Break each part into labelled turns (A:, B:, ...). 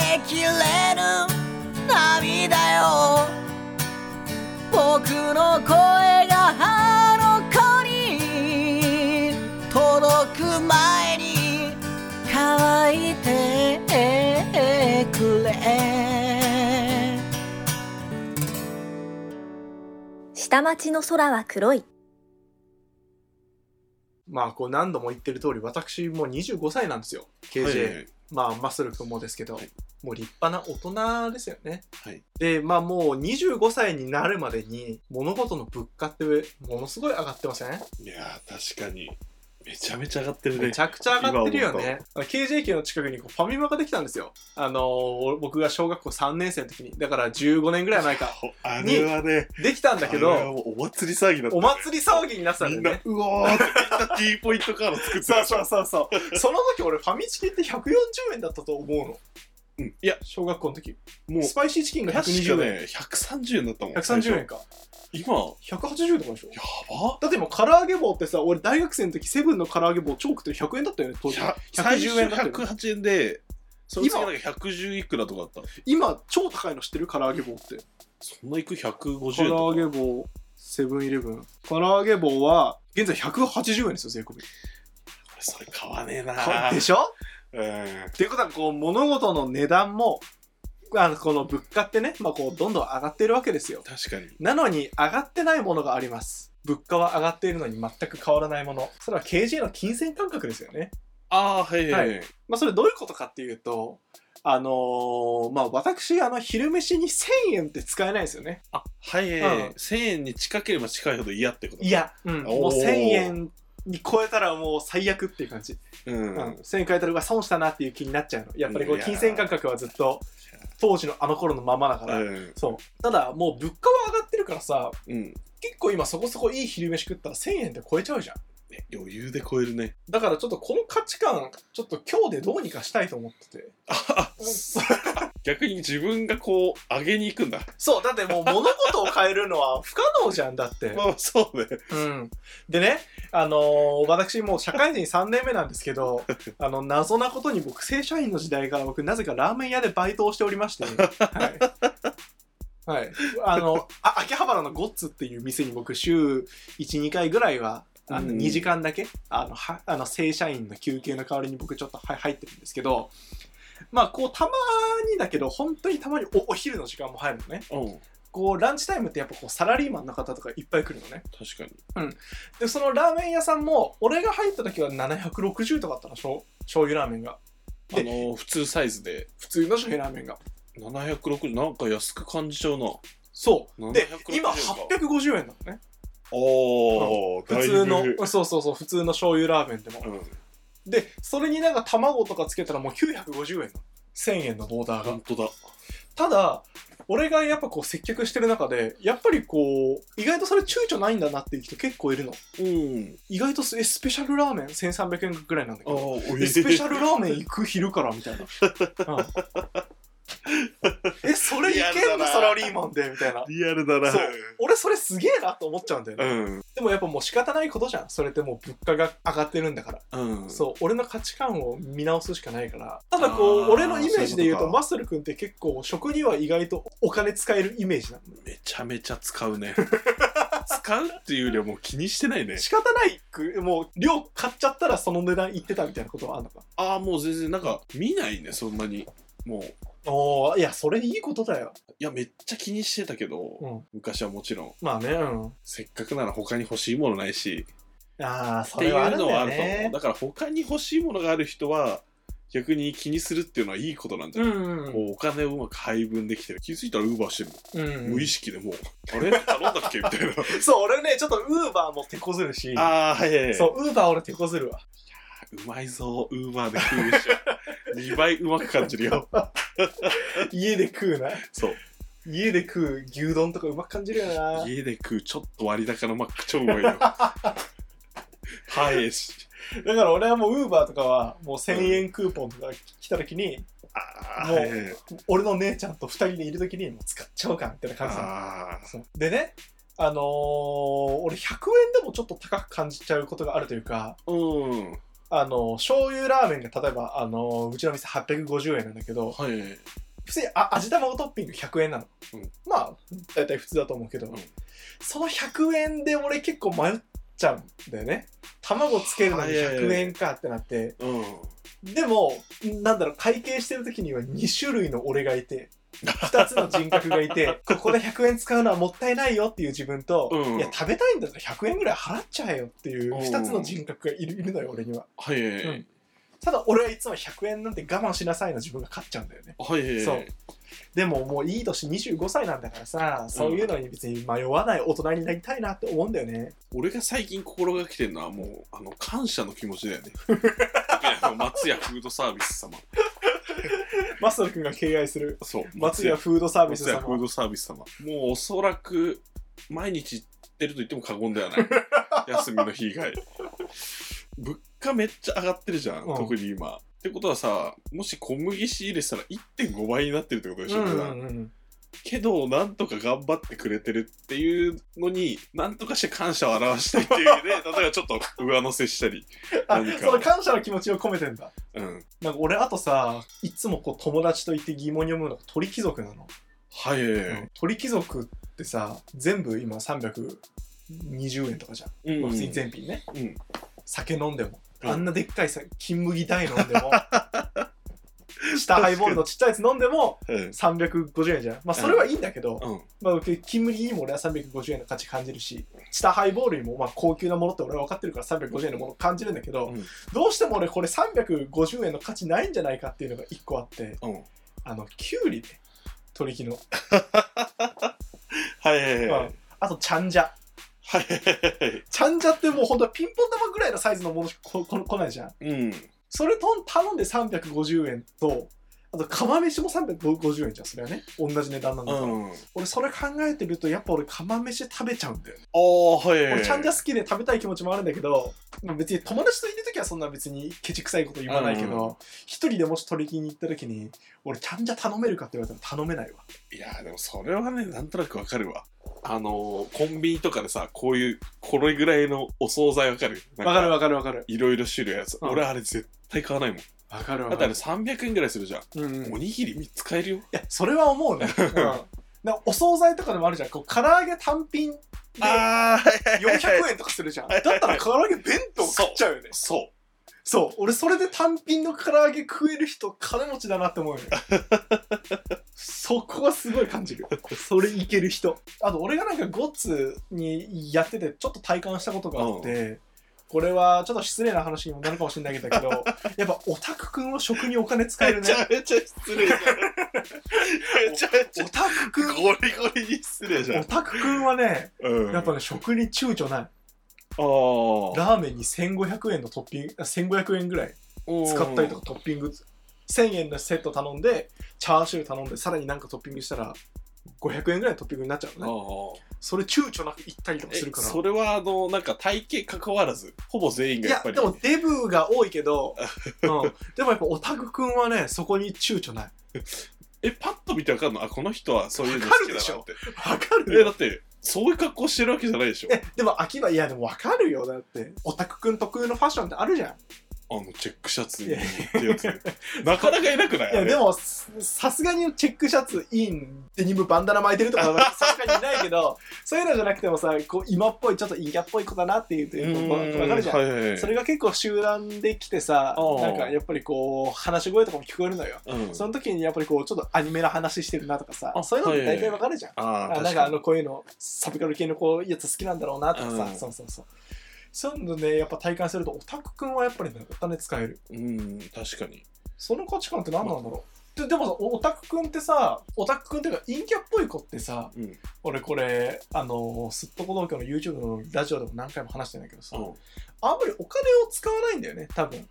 A: えきれぬ涙よ僕の声があの子に届く前に乾いてくれ
B: 下町の空は黒い。
C: まあこう何度も言ってる通り私もう25歳なんですよ KJ、まあマッスル君もですけど、
D: はい
C: もう立派な大人ですよね
D: はい
C: でまあもう25歳になるまでに物事の物価ってものすごい上がってません
D: いやー確かにめちゃめちゃ上がってるね
C: めちゃくちゃ上がってるよね。あの KJK の近くにこうファミマができたんですよ。あのー僕が小学校3年生の時に、だから15年ぐらい前か。
D: ほあれはね
C: できたんだけ
D: あれは
C: ど、
D: もうお祭り騒ぎだった
C: お祭り騒ぎになってた
D: み
C: ん
D: ん
C: だよ
D: な、
C: ね。
D: うおーってみんな T ポイントカード 作って
C: そう
D: た
C: そうそうそう。その時俺ファミチキって140円だったと思うの。
D: うんいや
C: 小学校の時。
D: もう
C: スパイシーチキンが
D: 確か
C: 120円。
D: ね130円だったもん
C: 130円か。
D: 最初今
C: 180円とかでしょ。
D: やば
C: だってもう唐揚げ棒ってさ、俺大学生の時セブンの唐揚げ棒超食って100円だったよね、当時。
D: 100
C: 110
D: 110
C: 円
D: 円
C: だったよね
D: 108円でその次
C: 今
D: なんか110いくらとかだった
C: 今超高いの知ってる唐揚げ棒って。
D: そんないく150
C: 唐
D: 円
C: 揚
D: とか
C: げ棒セブンイレブン唐揚げ棒は現在180円ですよ税込み
D: 俺それ買わねえなー
C: でしょ
D: うん
C: っていうことはこう物事の値段もあのこの物価ってね、まあ、こうどんどん上がってるわけですよ
D: 確かに
C: なのに上がってないものがあります物価は上がっているのに全く変わらないものそれは KJ の金銭感覚ですよね
D: ああはいはい、はい、
C: まあそれどういうことかっていうとあのーまあ私あの昼飯に1000円って使えないんですよね
D: あはいはい、
C: うん
D: 1000円に近ければ近いほど嫌ってことい
C: い、や、うん、もう
D: おー
C: 1000円に超えたらもう最悪っていう感じ
D: うん
C: うん、1000円買えたらうわ損したなっていう気になっちゃうのやっぱりこう
D: いやー
C: 金銭感覚はずっと当時のあの頃のままだから、
D: うん
C: そうただもう物価は上がってるからさ
D: うん、
C: 結構今そこそこいい昼飯食ったら1000円って超えちゃうじゃん
D: ね余裕で超えるね
C: だからちょっとこの価値観ちょっと今日でどうにかしたいと思って て
D: あ逆に自分がこう上げに行くんだ
C: そうだってもう物事を変えるのは不可能じゃんだって
D: まあそうね
C: うん、でね、あのー私もう社会人3年目なんですけ どあの謎なことに僕正社員の時代から僕なぜかラーメン屋でバイトをしておりま して、はいはい、あのあ秋葉原のゴッツっていう店に僕週12回ぐらいはあの
D: うん
C: 2時間だけ、あのはあの正社員の休憩の代わりに僕ちょっとは入ってるんですけどまあこうたまにだけど本当にたまにおお昼の時間も入るのね
D: うん
C: こうランチタイムってやっぱこうサラリーマンの方とかいっぱい来るのね
D: 確かに
C: でそのラーメン屋さんも俺が入った時は760とかあったのしょう醤油ラーメンが
D: あ
C: で
D: のー普通サイズで
C: 普通の醤油ラーメンが
D: 760なんか安く感じちゃうな
C: そうで
D: 760
C: 今
D: か
C: 850円なのね
D: おお
C: 普通のそうそうそう普通の醤油ラーメンでも
D: うん
C: でそれになんか卵とかつけたらもう950円なの1000円のボーダーが
D: 本当だ
C: ただ俺がやっぱこう接客してる中でやっぱりこう意外とそれ躊躇ないんだなっていう人結構いるの
D: うん
C: 意外とすえスペシャルラーメン1300円ぐらいなんだけ
D: ああ
C: ど
D: お
C: えスペシャ
D: ル
C: ルラーメン行く昼からみたいな。うんえ、それいけんの
D: リアルだな
C: サラリーマンでみたいな。
D: リアルだな
C: そう俺それすげえなと思っちゃうんだよね。
D: ん
C: でもやっぱもう仕方ないことじゃん。それってもう物価が上がってるんだから。
D: うん
C: そう、俺の価値観を見直すしかないから。ただこ
D: あ
C: う、
D: ー
C: 俺のイメージで言うと、
D: そういうことか
C: マッスル君って結構食には意外とお金使えるイメージなの。
D: めちゃめちゃ使う ね使うっていうよりはもう気にしてないね
C: 仕方ないく、もう量買っちゃったらその値段いってたみたいなことはあんのか。
D: ああもう全然なんか見ないねそんなにもうい
C: おー、いや、それいいことだよ。
D: やめっちゃ気にしてたけど、
C: うん
D: 昔はもちろん
C: まあね、うん。
D: せっかくなら他に欲しいものないし
C: ああ、
D: っ
C: そ
D: てい
C: れはあ
D: う
C: るんだ
D: のはあ
C: よ
D: ると思
C: ね
D: う。だから他に欲しいものがある人は逆に気にするっていうのはいいことなんじゃ
C: う
D: ない、
C: んうん
D: こうお金をうまく配分できてる気づいたらウーバーしてる、
C: うん、
D: 無意識でもうあれ頼んだっけみたいな
C: そう俺ねちょっとウーバーも手こずるし
D: ああはいはいはい
C: そうウーバー俺手こずるわ
D: うまいぞウーバーで食うし 2倍うまく感じるよ
C: 家で食うな
D: そう
C: 家で食う牛丼とかうまく感じるよな
D: 家で食うちょっと割高のマック超うまいよ早いし
C: だから俺はもうウーバーとかはもう1000円クーポンとか来た時に、
D: あ
C: もう
D: ー
C: 俺の姉ちゃんと2人でいる時にもう使っちゃおうかみたいな感じなの
D: あ
C: そうでねあのー俺100円でもちょっと高く感じちゃうことがあるというか
D: ーうん
C: あの醤油ラーメンが例えばあのうちの店850円なんだけど
D: はいはいはい
C: 普通にあ味玉をトッピング100円なの、
D: うん
C: まあ大体普通だと思うけど、
D: うん
C: その100円で俺結構迷っちゃうんだよね卵つけるのに100円かってなって
D: うん
C: でもなんだろう会計してる時には2種類の俺がいて2つの人格がい てここで100円使うのはもったいないよっていう自分と、
D: うん
C: いや食べたいんだったら100円ぐらい払っちゃえよっていう
D: うん
C: 2つの人格がいるいるのよ俺には
D: はいはいはい
C: うんただ俺はいつも100円なんて我慢しなさいの自分が勝っちゃうんだよね
D: はいはいはい
C: そうでももういい年25歳なんだからさそういうのに別に迷わない大人になりたいなって思うんだよね
D: 俺が最近心がけてるのはもうあの感謝の気持ちだ よねいや松屋フードサービス様
C: マスト君が敬愛する
D: そう
C: 松屋フードサービス
D: 松屋フー
C: 様
D: ドサービス様もうおそらく毎日行ってると言っても過言 ではない休みの日以外物価めっちゃ上がってるじゃん、
C: うん
D: 特に今ってことはさもし小麦仕入れしたら1.5倍になってるってことでし
C: う
D: ょ、
C: んう
D: 普段
C: んうん
D: けどなんとか頑張ってくれてるっていうのになんとかして感謝を表したいっていうね例えばちょっと上乗せしたり
C: あ
D: 何か
C: その感謝の気持ちを込めてんだ
D: うん
C: なんか俺あとさいつもこう友達と言って疑問に思うのが鳥貴族なの、
D: はい、
C: 鳥貴族ってさ全部今320円とかじゃん、
D: うん
C: まあ普通に全品ね、
D: うん
C: 酒飲んでも、
D: うん
C: あんなでっかいさ金麦大飲んで も下ハイボールのちっちゃいやつ飲んでも
D: うん
C: 350円じゃんまあそれはいいんだけど、
D: うん
C: まあ、僕金麦にも俺は350円の価値感じるし下ハイボールにもまあ高級なものって俺は分かってるから350円のもの感じるんだけど、
D: うん
C: どうしても俺これ350円の価値ないんじゃないかっていうのが1個あって
D: うんはい
C: あのキュウリね取引の
D: はいはい
C: うんあとちゃんじゃ
D: はいはいはい
C: ちゃんじゃってもう本当はピンポン玉ぐらいのサイズのものしかここ来ないじゃん
D: うん
C: それと頼んで350円とあと釜飯も350円じゃんそれはね同じ値段なんだから、
D: うん
C: 俺それ考えてるとやっぱ俺釜飯食べちゃうんだよね
D: ああはいはいはい
C: 俺ちゃんじゃ好きで食べたい気持ちもあるんだけどまあ別に友達といる時はそんな別にケチくさいこと言わないけ
D: うん
C: ど一、人でもし取り引きに行った時に俺ちゃんじゃ頼めるかって言われたら頼めないわ
D: いやーでもそれはねなんとなくわかるわあのー、コンビニとかでさこういうこれぐらいのお惣菜わかるわ
C: わかるわかる
D: いろいろ種類あるやつ、
C: うん
D: 俺あれ絶対買わないもん
C: わかる
D: だってあれ300円ぐらいするじゃん、
C: うんうん、
D: お
C: い
D: にぎり3つ買えるよ
C: やそれは思う ね、うん、なんかお惣菜とかでもあるじゃんこう唐揚げ単品で
D: ああ
C: 400円とかするじゃんだ
D: はい
C: っ
D: はいは
C: たら
D: い
C: 唐揚げ弁当食っちゃうよね
D: そ
C: そう俺それで単品の唐揚げ食える人金持ちだなって思うよね そこはすごい感じるそれいける人あと俺がなんかゴッツにやっててちょっと体感したことがあって、これはちょっと失礼な話にもなるかもしれないけ どやっぱオタクくんは食にお金使え
D: う
C: る
D: め
C: ね
D: ちゃめちゃ失礼じゃんめちゃめちゃ
C: オタクくん
D: ゴリゴリに失礼じゃ
C: オ
D: ん、
C: タクくんはね
D: うん、
C: やっぱね食に躊躇ない
D: あー
C: ラーメンに1500円のトッピングあ1500円ぐらい使ったりとかトッピング1000円のセット頼んでチャーシュー頼んでさらになんかトッピングしたら500円ぐらいのトッピングになっちゃう
D: あ
C: のね
D: ー
C: それ躊躇なく行ったりとかするか
D: え
C: ら
D: それはあのなんか体型関わらずほぼ全員
C: い
D: がや
C: や
D: っぱり
C: でもデブが多いけ ど、うん、でもやっぱオタクくんはねそこに躊躇ない
D: えパッと見てわかるのあこの人はそういうの
C: わか
D: 好
C: る
D: きだ
C: でし
D: な
C: ょ
D: って
C: わか
D: え
C: る
D: だってそういう格好してるわけじゃないでしょ
C: えでも秋葉いやでもわかるよだってオタクくん特有のファッションってあるじゃ
D: あのチェックシャツに
C: いや
D: ってやつなかなかいなくない
C: んいや
D: あれ
C: でもささすがにチェックシャツインデニムバンダナ巻いてるとか はさすがにいないけどそういうのじゃなくてもさこう今っぽいちょっと陰キャっぽい子だなっていうと
D: う
C: いう
D: ー
C: のわかるじゃん
D: はいはいはい
C: それが結構集団で来てさ
D: あー
C: なんかやっぱりこう話し声とかも聞こえるのよ
D: うん
C: その時にやっぱりこうちょっとアニメの話してるなとかさ
D: あ
C: そういうのって
D: はい
C: 大体わかるじゃん、
D: あー
C: あなん
D: 確
C: か
D: か
C: あ
D: に
C: のこういうのサブカル系のこういうやつ好きなんだろうなとかさ、
D: うん
C: そうそうそうそういうのねやっぱ体感するとオタクくんはやっぱりねお金使える
D: うん確かに
C: その価値観って何なんだろうででもさオタクくんってさオタクくんっていうか陰キャっぽい子ってさ
D: うん
C: 俺これあのすっとこ同居の YouTube のラジオでも何回も話してんだけどさ、あんまりお金を使わないんだよね多分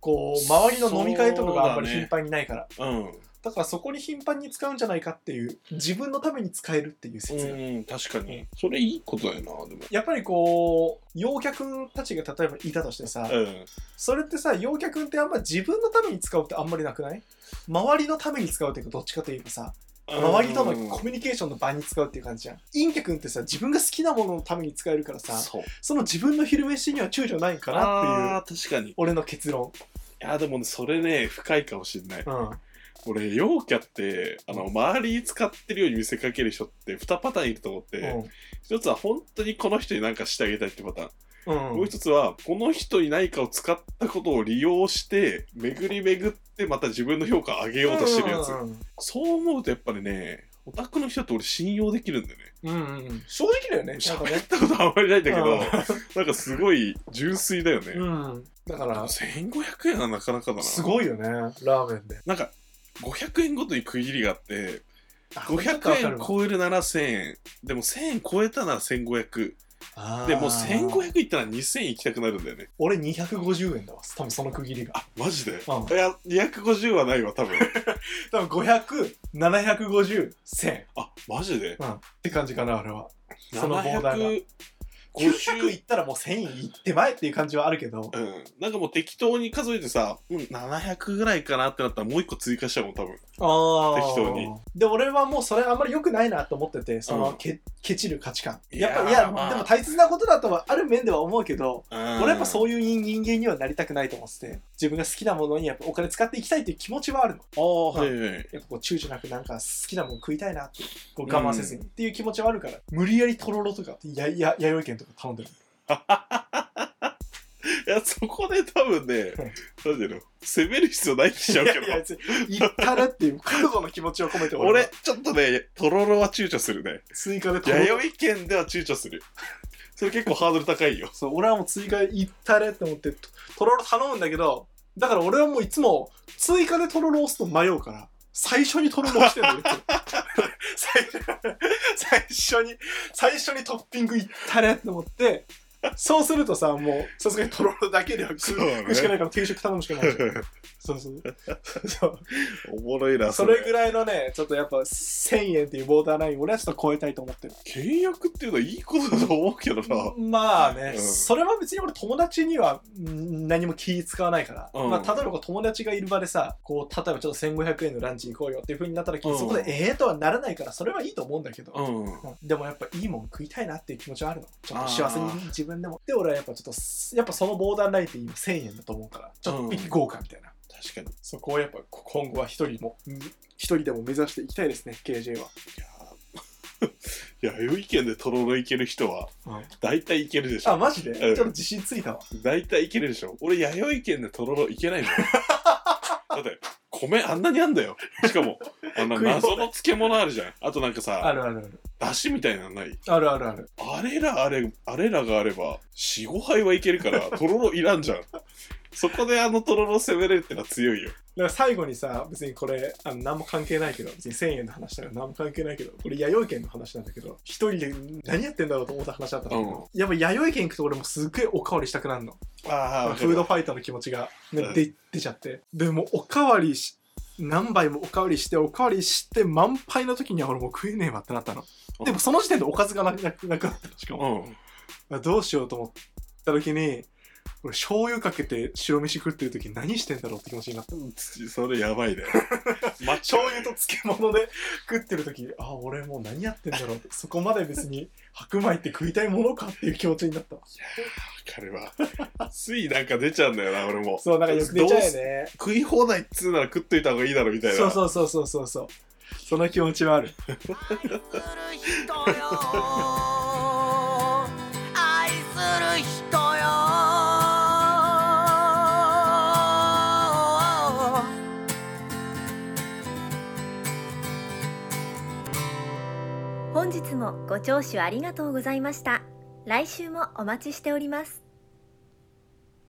C: こう周りの飲み会とかがあんまり頻繁にないからだ,、
D: うん
C: からそこに頻繁に使うんじゃないかっていう自分のために使えるっていう説、
D: うん確かにそれいいことだよなでも
C: やっぱりこう陽キャ君たちが例えばいたとしてさ、
D: うん
C: それってさ陽キャ君ってあんまり自分のために使うってあんまりなくない周りのために使うっていうかどっちかといえばさ周りとのコミュニケーションの場に使うっていう感じじゃん陰キャ君ってさ自分が好きなもののために使えるからさ
D: そう
C: その自分の昼飯には躊躇ないんかなっていう
D: あー確かにい
C: 俺の結論
D: やでもねそれね深いかもしんない
C: うん
D: 俺陽キャってあの周りに使ってるように見せかける人って2パターンいると思って、一つは本当にこの人に何かしてあげたいってパターン、
C: うんう
D: もうん一つはこの人に何かを使ったことを利用して巡り巡ってまた自分の評価を上げようとしてるやつ、
C: うん
D: そう思うとやっぱりねオタクの人って俺信用できるんだよね
C: うんうん正直だよねなんか
D: 喋
C: ね
D: ったことあんまりないんだけ
C: う
D: ど
C: ん
D: なんかすごい純粋だよね、
C: うんだから
D: 1500円はなかなかだな
C: すごいよねラーメンで
D: なんか500円ごとに区切りがあって
C: 円
D: 500円超えるなら1000円でも1000円超えたなら1500でもう1500いったら2000円行きたくなるんだよね
C: 俺250円だわ多分その区切りが
D: マジで、
C: う
D: いや250はないわ 多分
C: 多分5007501000
D: あマジで
C: うんって感じかな俺はその膨大な
D: 750
C: 900いったらもう1000いって前っていう感じはあるけど
D: うん、なんかもう適当に数えてさ、うん、700ぐらいかなってなったらもう一個追加しちゃうもん多分
C: あ
D: 適当に
C: で俺はもうそれあんまり良くないなと思っててその、
D: うん
C: けケチる価値観
D: い
C: や
D: や
C: っ
D: ー
C: ぱいや、
D: まあ
C: でも大切なことだとはある面では思うけど俺
D: 俺
C: やっぱそういう人間にはなりたくないと思ってて自分が好きなものにやっぱお金使っていきたいっていう気持ちはあるの
D: ああー、
C: は
D: はいいはいはい
C: やっぱこう躊躇なくなんか好きなもの食いたいなってこう我慢せずにっていう気持ちはあるから、無理やりとろろとかやや弥生県とか頼んでる
D: いや、そこで多 分ね
C: うん、
D: なんでの、攻める必要ない気しちゃう
C: いや
D: け
C: い
D: ど、
C: や別に行ったらっていう覚悟の気持ちを込めては
D: 俺、ちょっとね、とろろは躊躇するね。
C: 追加で とろろ
D: 弥生県では躊躇する。それ結構ハードル 高いよ。
C: そう俺はもう追加で行ったれって思ってととろろ頼むんだけどだから俺はもういつも追加でとろろ押すと迷うから最初にとろろ押してるのよいつも最初最初に最初にトッピングいったれって思ってそうするとさもうさすがにとろろだけでは食う
D: そうだね
C: 食うしかないから定食頼むしかないじゃんそうそうそう
D: おもろいな、
C: それぐらいのねちょっとやっぱ1000円っていうボーダーライン俺はちょっと超えたいと思ってる
D: 倹約っていうのはいいことだと思うけどな。
C: まあね、
D: うん
C: それは別に俺友達にはん何も気使わないから、
D: うん
C: まあ、例えばこう友達がいる場でさこう例えばちょっと1500円のランチ行こうよっていう風になった時、
D: うん
C: そこでええとはならないからそれはいいと思うんだけど、
D: うん。
C: うんでもやっぱいいもん食いたいなっていう気持ちはあるのちょっと幸せに自分でもで俺はやっぱちょっとすやっぱそのボーダーラインって今1000円だと思うからちょっと行こうかみたいな、
D: 確かに。い
C: そこをやっぱ今後は一人もうん一人でも目指していきたいですね KJ は、
D: やー、弥生県でとろろいける人は、大体いけるでし
C: あ
D: ょ。
C: マジで、
D: うん
C: ちょっと自信ついたわ
D: 大体いけるでしょ。俺、弥生県でとろろいけな いもん。だって、米あんなにあんだよ。しかも、あの、
C: 食い放題
D: 謎の漬物あるじゃん。あとなんかさ、
C: あるあるある
D: 出汁みたいなのない
C: あるあるある
D: あれらあれあれらがあれば45杯はいけるから とろろいらんじゃんそこであのとろろ攻めれるってのは強いよ
C: だから最後にさ別にこれあの何も関係ないけど別に1000円の話だから何も関係ないけどこれ弥生県の話なんだけど一人で何やってんだろうと思った話だったんだけど、やっぱ弥生県行くと俺もすっげえおかわりしたくなるの
D: あ
C: フードファイターの気持ちが、ね
D: うん
C: で出ちゃってでもうおかわりし何杯もおかわりしておかわりして満杯の時には俺もう食えねえわってなったの
D: うん
C: でもその時点でおかずがななくなくなったのしかも
D: うん
C: あどうしようと思った時に俺醤油かけて白飯食ってる時何してんだろうって気持ちになった
D: それやばい ねまあ
C: 醤油と漬物で食ってる時あ俺もう何やってんだろうってそこまで別に白米って食いたいものかっていう気持ちになった
D: 彼はついなんか出ちゃうんだよな俺も
C: そうなんかよく出ちゃう
D: ど
C: よ
D: うせ
C: ね
D: 食い放題っつうなら食っといた方がいいだろみたいな
C: そうそうそうそうそうそうその気持ちはある
A: 愛する人よ愛する人よ
B: 本日もご聴取ありがとうございました。来週もお待ちしております。